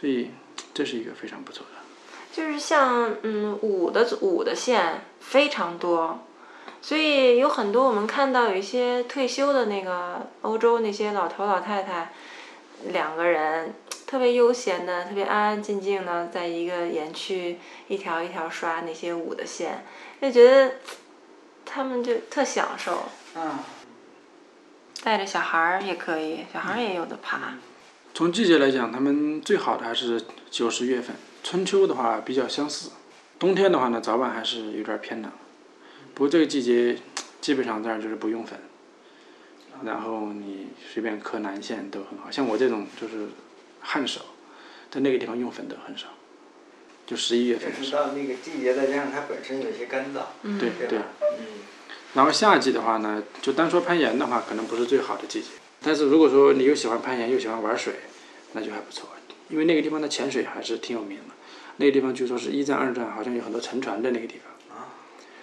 Speaker 4: 所以这是一个非常不错的。
Speaker 3: 就是像嗯五的五的线非常多，所以有很多我们看到有一些退休的那个欧洲那些老头老太太，两个人特别悠闲的、特别安安静静的，在一个园区一条一条刷那些五的线，就觉得他们就特享受，
Speaker 2: 啊，
Speaker 3: 带着小孩儿也可以，小孩儿也有的爬。
Speaker 4: 从季节来讲，他们最好的还是九十月份，春秋的话比较相似，冬天的话呢，早晚还是有点偏冷。不过这个季节基本上这儿就是不用粉，然后你随便磕南线都很好。像我这种就是汗手，在那个地方用粉都很少，就十一月份
Speaker 2: 这。是到那个季节，再加上它本身有些干燥，
Speaker 3: 嗯
Speaker 4: 对对
Speaker 2: 吧。？嗯。
Speaker 4: 然后夏季的话呢，就单说攀岩的话，可能不是最好的季节。但是如果说你又喜欢攀岩又喜欢玩水，那就还不错，因为那个地方的潜水还是挺有名的。那个地方据说是一战、二战，好像有很多沉船的那个地方，
Speaker 2: 啊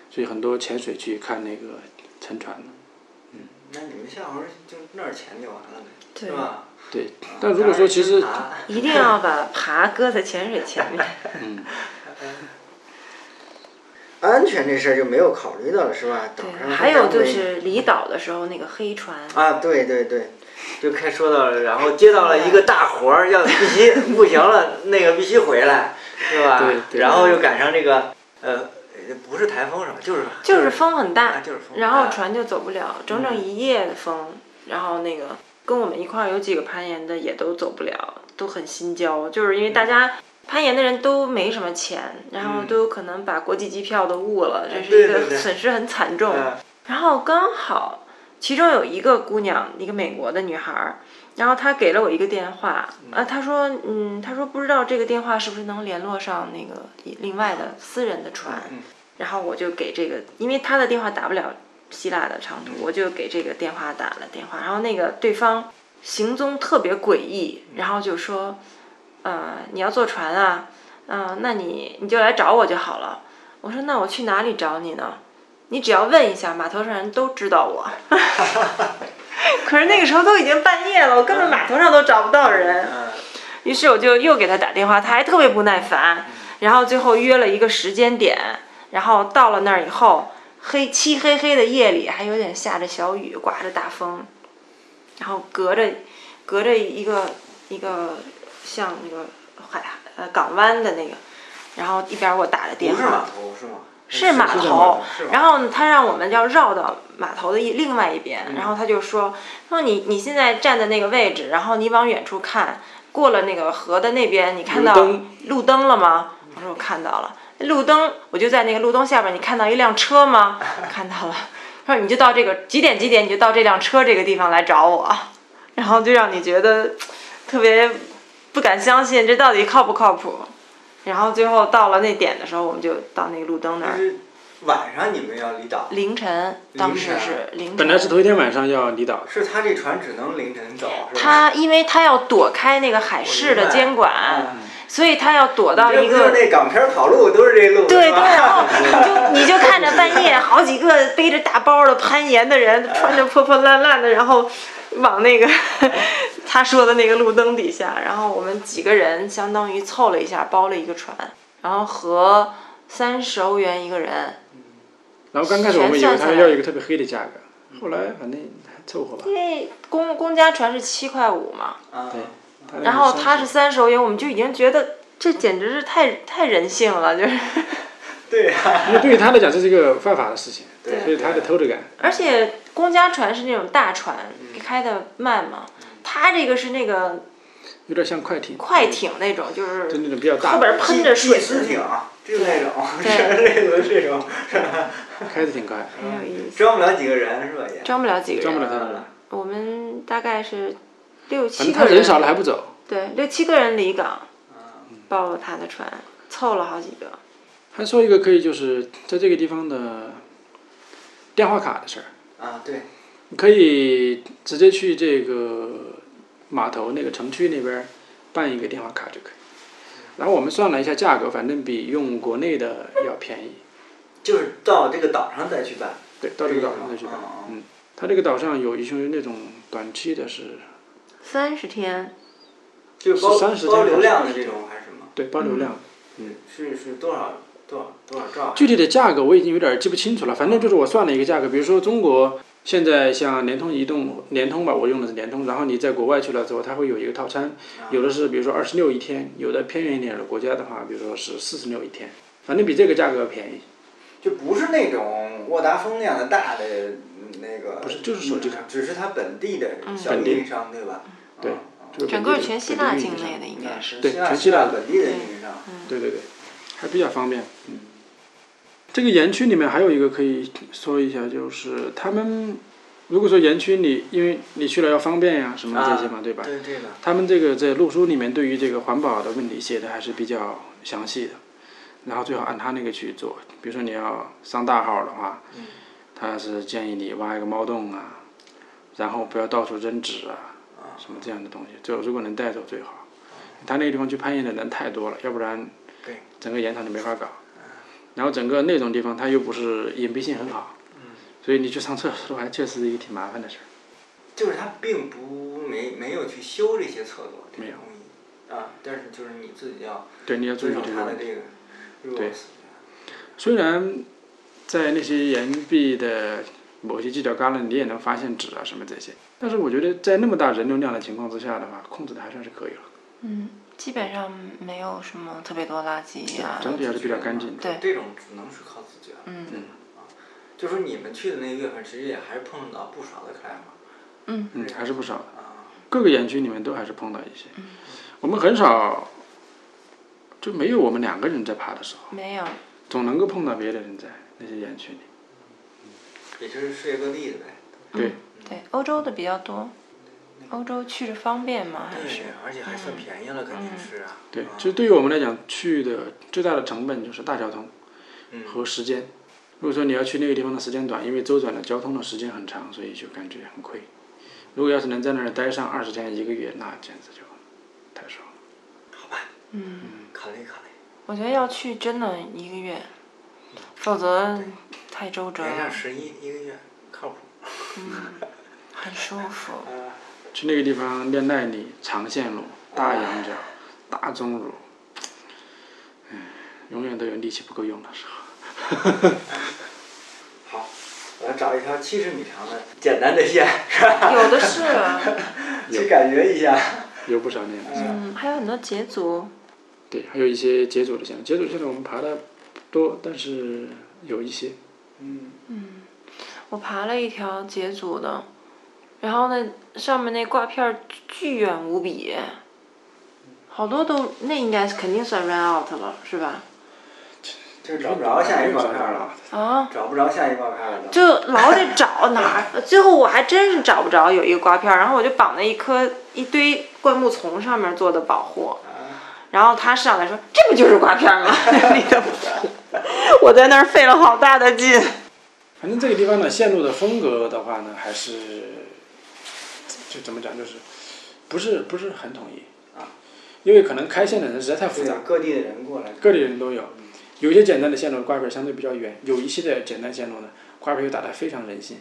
Speaker 4: 所以很多潜水去看那个沉船的。
Speaker 2: 那你们下回就那儿潜就完了呗，
Speaker 3: 对
Speaker 2: 是吧？
Speaker 4: 对，但如果说其实
Speaker 2: 啊当然是爬
Speaker 3: 一定要把爬搁在潜水前面。
Speaker 2: 安全这事儿就没有考虑到了，是吧？岛上
Speaker 3: 还有就
Speaker 2: 没
Speaker 3: 是离岛的时候那个黑船，
Speaker 2: 啊，对对对，就开说到了，然后接到了一个大活儿，要必须不行了，那个必须回来，是吧？
Speaker 4: 对对
Speaker 2: 然后又赶上这个呃，不是台风什么，就是
Speaker 3: 就是风很
Speaker 2: 啊
Speaker 3: 大
Speaker 2: 就是风，
Speaker 3: 然
Speaker 2: 大嗯
Speaker 3: 后船就走不了，整整一夜的风，然后那个跟我们一块儿有几个攀岩的也都走不了，都很心焦，就是因为
Speaker 2: 嗯
Speaker 3: 大家。攀岩的人都没什么钱，然后都可能把国际机票都误了，这是
Speaker 2: 哎对
Speaker 3: 一
Speaker 2: 对对
Speaker 3: 个损失很惨重。
Speaker 2: 嗯
Speaker 3: 然后刚好其中有一个姑娘，一个美国的女孩儿，然后她给了我一个电话，啊，她说，嗯，她说不知道这个电话是不是能联络上那个一另外的私人的船，然后我就给这个，因为她的电话打不了希腊的长途，我就给这个电话打了电话，然后那个对方行踪特别诡异，然后就说，呃，你要坐船啊，嗯、那你你就来找我就好了。我说那我去哪里找你呢？你只要问一下，码头上人都知道我。 可是那个时候都已经半夜了，我根本码头上都找不到人。
Speaker 2: 嗯
Speaker 3: 于是我就又给他打电话，他还特别不耐
Speaker 2: 嗯
Speaker 3: 烦，然后最后约了一个时间点，然后到了那儿以后，黑漆黑黑的夜里，还有点下着小雨，刮着大风，然后隔着隔着一个一个像那个海呃港湾的那个，然后一边我打着电
Speaker 2: 不是码
Speaker 3: 话，
Speaker 2: 头是吗？
Speaker 3: 是码
Speaker 2: 是
Speaker 4: 在
Speaker 3: 头，
Speaker 2: 是吧？
Speaker 3: 然后他让我们要绕到码头的一另外一边，然后他就说：“他说你你现在站的那个位置，然后你往远处看，过了那个河的那边，你看到
Speaker 4: 路灯
Speaker 3: 路灯了吗？”我说：“我看到了。”路灯，我就在那个路灯下边，你看到一辆车吗？看到了。他说：“你就到这个几点几点，你就到这辆车这个地方来找我。”然后就让你觉得特别不敢相信，这到底靠不靠谱？然后最后到了那点的时候，我们就到那个路灯那儿
Speaker 2: 就。是晚上你们要离岛，
Speaker 3: 凌晨，当时是凌晨。
Speaker 4: 本来是头一天晚上要离岛，
Speaker 2: 是他这船只能凌晨走，是吧？
Speaker 3: 他，因为他要躲开那个海事的监管，
Speaker 2: 嗯
Speaker 3: 所以他要躲啊到
Speaker 2: 这
Speaker 3: 一
Speaker 2: 不就是
Speaker 3: 个。
Speaker 2: 那港片跑路都是这路，是
Speaker 3: 对对，哦
Speaker 2: 吧
Speaker 3: 然后你就你就看着半夜好几个背着大包的攀岩的人，穿着破破烂烂的，然后往那个 他说的那个路灯底下，然后我们几个人相当于凑了一下，包了一个船，然后合三十欧元一个人，
Speaker 4: 然后刚开始我们以为
Speaker 3: 全算下
Speaker 4: 他
Speaker 3: 来
Speaker 4: 要一个特别黑的价格，
Speaker 2: 嗯
Speaker 4: 后来反正还凑合吧。
Speaker 3: 因为公公家船是七块五嘛，
Speaker 2: 啊，
Speaker 4: 对他那个
Speaker 3: 然后哦他
Speaker 4: 30
Speaker 3: 是三十欧元，我们就已经觉得这简直是太太人性了，就是，
Speaker 2: 对呀，
Speaker 4: 因为对于他来讲这是一个犯法的事情，
Speaker 2: 对
Speaker 4: 所以他的偷着干。
Speaker 3: 而且公家船是那种大船，开的慢嘛，他这个是那个
Speaker 4: 有点像快艇，
Speaker 3: 快，艇那种，就
Speaker 4: 就是那种比较大
Speaker 3: 后边
Speaker 4: 的，
Speaker 3: 喷着水嗯
Speaker 2: 技术艇，就那种，
Speaker 3: 对
Speaker 2: 这轮这种，
Speaker 4: 开的挺快，
Speaker 3: 很有意思，
Speaker 2: 装不了几个人是吧？也嗯
Speaker 3: 装不了几个
Speaker 4: 装不
Speaker 3: 人，
Speaker 4: 了他们了。
Speaker 3: 我们大概是六
Speaker 4: 反
Speaker 3: 七
Speaker 4: 正他
Speaker 3: 个
Speaker 4: 人少了嗯还
Speaker 3: 人，嗯
Speaker 4: 不走，
Speaker 3: 对，六七个人离港，
Speaker 2: 啊
Speaker 3: 包了他的船，凑了好几个，
Speaker 4: 还说一个可以，就是在这个地方的电话卡的事儿，
Speaker 2: 啊，对，
Speaker 4: 你可以直接去这个码头那个城区那边儿办一个电话卡就可以。然后我们算了一下价格，反正比用国内的要便宜。
Speaker 2: 就是到这个岛上再去办，
Speaker 4: 对，到这个岛上再去办。嗯，它这个岛上有一些那种短期的是，
Speaker 3: 三十天，
Speaker 2: 就是包
Speaker 4: 是30天
Speaker 2: 包
Speaker 4: 还是
Speaker 2: 流量的这种还是什么？
Speaker 4: 对，包流量。
Speaker 2: 是是多少多少多少兆？
Speaker 4: 嗯
Speaker 2: 啊
Speaker 4: 具体的价格我已经有点记不清楚了，反正就是我算了一个价格，比如说中国现在像联通、移动、联通吧，我用的是联通，然后你在国外去了之后，它会有一个套餐，有的是比如说二十六一天，有的偏远一点的国家的话，比如说是四十六一天，反正比这个价格要便宜。
Speaker 2: 就不是那种沃达丰那样的大的嗯那个，
Speaker 4: 不是就是手机卡
Speaker 2: 嗯只是它本地的
Speaker 3: 嗯
Speaker 2: 小
Speaker 4: 本地
Speaker 2: 运营商对吧？
Speaker 4: 对
Speaker 2: 嗯
Speaker 4: 就是
Speaker 3: 整个
Speaker 4: 本地的
Speaker 3: 全希腊
Speaker 4: 本地运
Speaker 3: 境
Speaker 4: 营商
Speaker 3: 内的应该是，
Speaker 4: 对
Speaker 2: 希腊
Speaker 4: 全希腊的
Speaker 2: 本地的运营商，
Speaker 3: 嗯
Speaker 4: 对对对，还比较方便。嗯，这个园区里面还有一个可以说一下，就是他们如果说园区里，因为你去了要方便呀、什么这些嘛，对吧？
Speaker 2: 对这个
Speaker 4: 他们这个在路书里面对于这个环保的问题写的还是比较详细的，然后最好按他那个去做。比如说你要上大号的话，他是建议你挖一个猫洞啊，然后不要到处扔纸啊，什么这样的东西，就如果能带走最好。他那个地方去攀岩的人太多了，要不然
Speaker 2: 对
Speaker 4: 整个岩场就没法搞。然后整个那种地方它又不是隐蔽性很好，所以你去上厕所的话，确实是一个挺麻烦的事儿。
Speaker 2: 就是它并不没没有去修这些厕所，这
Speaker 4: 没
Speaker 2: 个
Speaker 4: 有
Speaker 2: 东西啊，但是就是你自己要
Speaker 4: 对，你要注意
Speaker 2: 遵守
Speaker 4: 这个
Speaker 2: 它
Speaker 4: 问
Speaker 2: 的
Speaker 4: 题。
Speaker 2: 这个 rules
Speaker 4: 对。
Speaker 3: 嗯
Speaker 4: 虽然在那些岩壁的某些犄角旮旯，你也能发现纸啊什么这些，但是我觉得在那么大人流量的情况之下的话，控制的还算是可以了，
Speaker 3: 嗯，基本上没有什么特别多垃圾呀、
Speaker 4: 整体还是比较干净的。
Speaker 3: 对
Speaker 2: 这种只能是靠自觉。
Speaker 3: 嗯
Speaker 2: 就说你们去的那个月份，其实也还是碰到不少的 c l i m
Speaker 3: 嗯，
Speaker 4: 嗯，还是不少的。
Speaker 2: 啊，
Speaker 4: 各个园区里面都还是碰到一些，我们很少就没有我们两个人在爬的时候，
Speaker 3: 没有。
Speaker 4: 总能够碰到别的人在那些园区里。
Speaker 2: 也就是世界各地的呗。
Speaker 4: 对，
Speaker 3: 对，欧洲的比较多，欧洲去着方便嘛，还啊是嗯
Speaker 2: 对，而且还算便宜了，肯定是啊。
Speaker 4: 对
Speaker 2: 啊，
Speaker 4: 其实对于我们来讲，去的最大的成本就是大交通
Speaker 2: 嗯
Speaker 4: 和时间。如果说你要去那个地方的时间短，因为周转的交通的时间很长，所以就感觉很亏。如果要是能在那儿待上二十天一个月，那简直就太爽了。
Speaker 2: 好吧，
Speaker 3: 嗯，
Speaker 2: 考虑考虑，
Speaker 3: 我觉得要去真的一个月，否则太周折
Speaker 2: 连上
Speaker 3: 了，
Speaker 2: 十一一个月，靠谱。
Speaker 3: 很舒 服。
Speaker 4: 去那个地方练耐力、长线路、大羊角、大中乳，唉，永远都有力气不够用的时候。
Speaker 2: 好，我要找一条七十米长的简单的线，是吧？
Speaker 3: 有的是，
Speaker 2: 去感觉一下。
Speaker 4: 有不少那样的。
Speaker 3: 嗯，还有很多捷足，
Speaker 4: 对，还有一些解组的线路，解组线路我们爬的多，但是有一些，
Speaker 2: 嗯，
Speaker 3: 我爬了一条捷足的，然后呢，上面那挂片儿巨远无比，好多都那应该是肯定算 run out 了，是吧？
Speaker 2: 就是找不着下一挂片儿了，
Speaker 3: 啊，
Speaker 2: 找不着下一挂片儿了 都。
Speaker 3: 就老得找哪儿，最后我还真是找不着有一个挂片儿，然后我就绑在一棵一堆灌木丛上面做的保护，
Speaker 2: 啊，
Speaker 3: 然后他上来说：“这不就是挂片儿吗？” 你的，我在那儿费了好大的劲。
Speaker 2: 嗯
Speaker 4: 反正这个地方的线路的风格的话呢，还是就怎么讲，就是不是不是很统一
Speaker 2: 啊，
Speaker 4: 因为可能开线的人实在太 复
Speaker 2: 对
Speaker 4: 杂，，
Speaker 2: 各地的人过来，
Speaker 4: 各类人都有。有些简单的线路挂牌相对比较远，有一些的简单线路呢，挂牌又打得非常人性。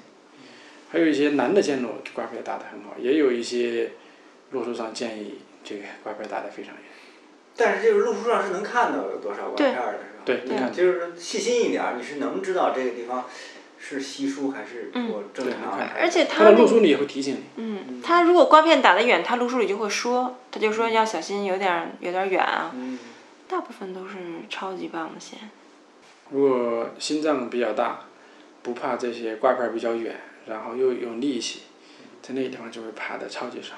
Speaker 4: 还有一些难的线路挂牌打得很好，也有一些路书上建议这个挂牌打得非常远。
Speaker 2: 但是这个路书上是能看到有多少挂片儿的，是吧？
Speaker 4: 对，你看，
Speaker 2: 就是细心一点儿，你是能知道这个地方是稀疏还是我正常
Speaker 4: 嗯对
Speaker 2: 的，
Speaker 3: 而且
Speaker 4: 它
Speaker 3: 他
Speaker 4: 的
Speaker 3: 那
Speaker 4: 路书里也会提醒你。
Speaker 3: 嗯，他如果刮片打得远，他路书里就会说，他就说要小心，有点儿有点儿远啊。
Speaker 2: 嗯，
Speaker 3: 大部分都是超级棒的线，
Speaker 4: 如果心脏比较大，不怕这些挂牌比较远，然后又有力气，在那个地方就会爬得超级少。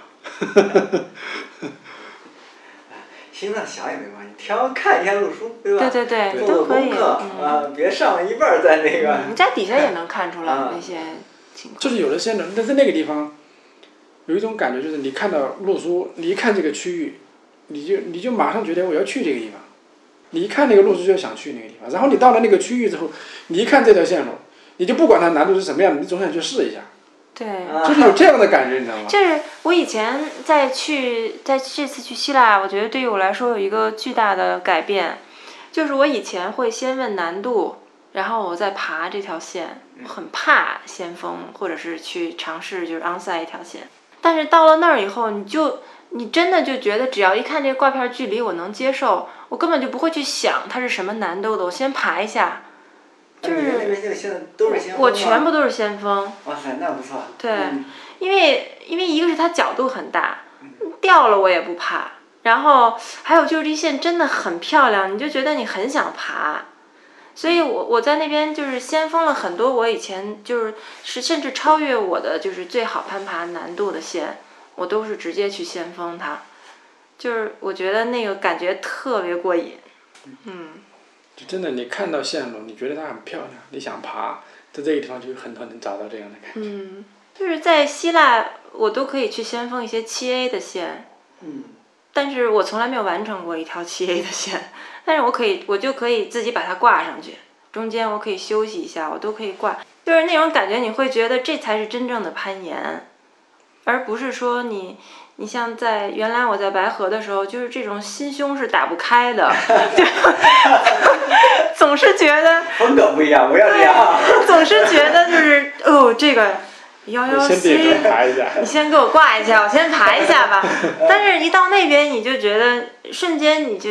Speaker 2: 心脏小也没关系，挑看一下路书，对吧？
Speaker 3: 对对对，
Speaker 2: 做
Speaker 3: 都
Speaker 2: 做
Speaker 3: 可以。
Speaker 2: 功课
Speaker 3: 嗯，
Speaker 2: 啊，别上了一半儿在那个。
Speaker 3: 你在底下也能看出来
Speaker 2: 啊
Speaker 3: 那些情
Speaker 4: 就
Speaker 3: 况。
Speaker 4: 是有的线路，但在那个地方，有一种感觉，就是你看到路书，你一看这个区域，你就你就马上觉得我要去这个地方，你一看那个路书就想去那个地方，然后你到了那个区域之后，你一看这条线路，你就不管它难度是什么样的，你总想去试一下，
Speaker 3: 对，
Speaker 2: 啊
Speaker 4: 就是有这样的感觉，你知道吗？
Speaker 3: 就是我以前在去在这次去希腊，我觉得对于我来说有一个巨大的改变，就是我以前会先问难度，然后我再爬这条线，我很怕先锋或者是去尝试就是 onside 一条线。但是到了那儿以后，你就你真的就觉得只要一看这挂片距离我能接受，我根本就不会去想它是什么难度的，我先爬一下。就是
Speaker 2: 你们那边现在现在都是先
Speaker 3: 我
Speaker 2: 锋吗
Speaker 3: 全部都是先锋，
Speaker 2: 哇塞，那不错。
Speaker 3: 对
Speaker 2: 嗯
Speaker 3: 因为因为一个是它角度很大，掉了我也不怕，然后还有就是这线真的很漂亮，你就觉得你很想爬。所以我，我在那边就是先锋了很多我以前就是是甚至超越我的就是最好攀爬难度的线，我都是直接去先锋它，就是我觉得那个感觉特别过瘾。嗯，
Speaker 4: 就真的你看到线路，你觉得它很漂亮，你想爬，在这个地方就很多能找到这样的感觉。
Speaker 3: 嗯，就是在希腊我都可以去先锋一些七 A 的线，
Speaker 2: 嗯，
Speaker 3: 但是我从来没有完成过一条 七 A 的线，但是我可以，我就可以自己把它挂上去，中间我可以休息一下，我都可以挂，就是那种感觉，你会觉得这才是真正的攀岩，而不是说你，你像在原来我在白河的时候，就是这种心胸是打不开的，对，总是觉得，
Speaker 2: 风格不一样，不要这样。
Speaker 3: 总是觉得就是哦，这个幺幺
Speaker 4: 先别
Speaker 3: C
Speaker 4: 人爬一下，
Speaker 3: 你先给我挂一下，我先爬一下吧。但是，一到那边你就觉得瞬间你就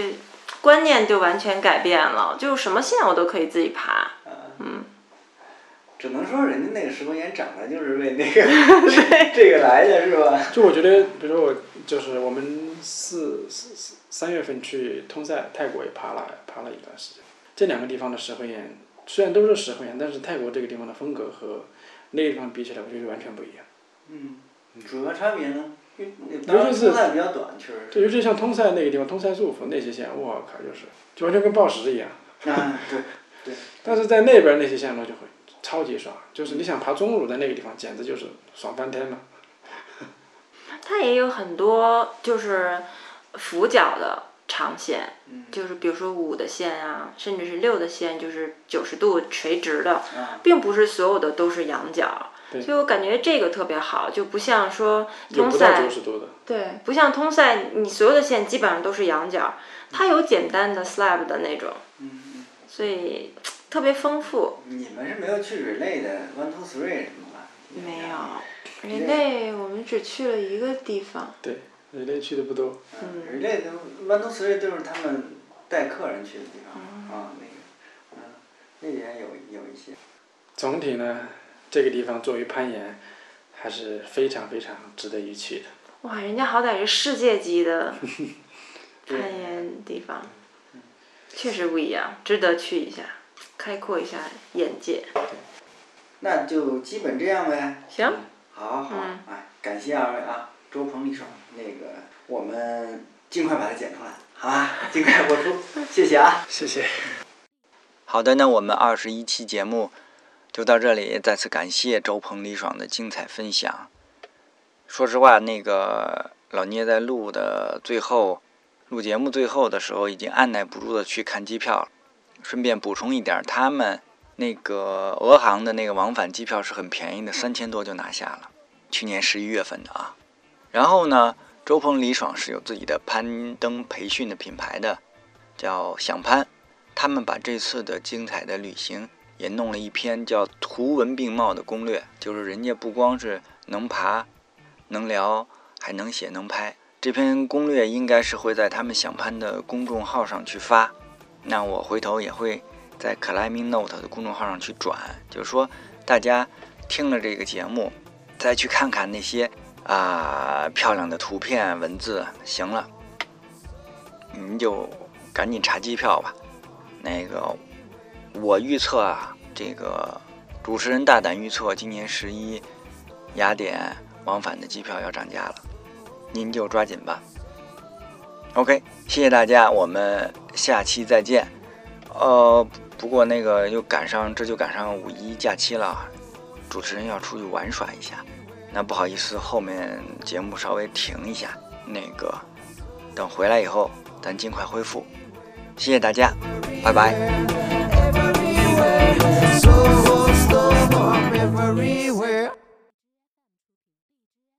Speaker 3: 观念就完全改变了，就什么线我都可以自己爬。嗯，
Speaker 2: 只能说人家那个石头岩长得就是为那 个 这个来的，是吧？
Speaker 4: 就我觉得，比如说我就是我们四四四三月份去通塞泰国也爬了爬了一段时间，这两个地方的石灰岩虽然都是石灰岩，但是泰国这个地方的风格和那个地方比起来，我觉得完全不一样。
Speaker 2: 嗯，主要差别呢？
Speaker 4: 当然是
Speaker 2: 出汗比较短，确实
Speaker 4: 对，尤其像通塞那个地方，通塞束缚那些线，我靠，就是就完全跟暴食一样。
Speaker 2: 是。啊，对，
Speaker 4: 但是在那边那些线路就会超级爽，就是你想爬中路在那个地方，简直就是爽翻天了。
Speaker 3: 它也有很多就是俯角的长线，
Speaker 2: 嗯
Speaker 3: 就是比如说五的线啊，甚至是六的线，就是九十度垂直的，
Speaker 2: 啊，
Speaker 3: 并不是所有的都是仰角。
Speaker 4: 对
Speaker 3: 所以我感觉这个特别好，就不像说
Speaker 4: 有
Speaker 3: 通
Speaker 4: 不到
Speaker 3: 塞
Speaker 4: 九十度的，
Speaker 3: 对，不像通塞，你所有的线基本上都是仰角，它有简单的 slab 的那种，
Speaker 2: 嗯嗯，
Speaker 3: 所以特别丰富。
Speaker 2: 你们是没有去 relay 的 one two three 什么吧？
Speaker 3: 没有，人类我们只去了一个地方，
Speaker 4: 对，人类去的不多。
Speaker 2: 嗯，relay 都 one two three 都是他们带客人去的地方
Speaker 3: 嗯
Speaker 2: 啊，那个，嗯，那点有有一些，
Speaker 4: 总体呢，这个地方作为攀岩，还是非常非常值得一去的。
Speaker 3: 哇，人家好歹是世界级 的
Speaker 2: 对
Speaker 3: 攀岩地方，确实不一样，值得去一下。开阔一下眼界。
Speaker 5: 那就基本这样呗。
Speaker 3: 行，
Speaker 5: 好好，哎，感谢二位啊，周鹏、李爽，那个我们尽快把它剪出来，好吧？尽快播出，谢谢啊。
Speaker 4: 谢谢。
Speaker 2: 好的，那我们二十一期节目就到这里，再次感谢周鹏、李爽的精彩分享。说实话，那个老聂在录的最后，录节目最后的时候，已经按耐不住的去看机票了。顺便补充一点，他们那个俄航的那个往返机票是很便宜的，三千多就拿下了，去年十一月份的啊。然后呢，周鹏、李爽是有自己的攀登培训的品牌的，叫想攀。他们把这次的精彩的旅行也弄了一篇叫“图文并茂”的攻略，就是人家不光是能爬、能聊，还能写、能拍。这篇攻略应该是会在他们想攀的公众号上去发，那我回头也会在 Climbing Note 的公众号上去转，就是说大家听了这个节目，再去看看那些啊、漂亮的图片、文字，行了，您就赶紧查机票吧。那个，我预测啊，这个主持人大胆预测，今年十一雅典往返的机票要涨价了，您就抓紧吧。OK，谢谢大家，我们下期再见。呃，不过那个又赶上，这就赶上五一假期了，主持人要出去玩耍一下，那不好意思，后面节目稍微停一下，那个等回来以后，咱尽快恢复。谢谢大家，拜拜。
Speaker 6: everywhere. Soho, Stockholm, everywhere.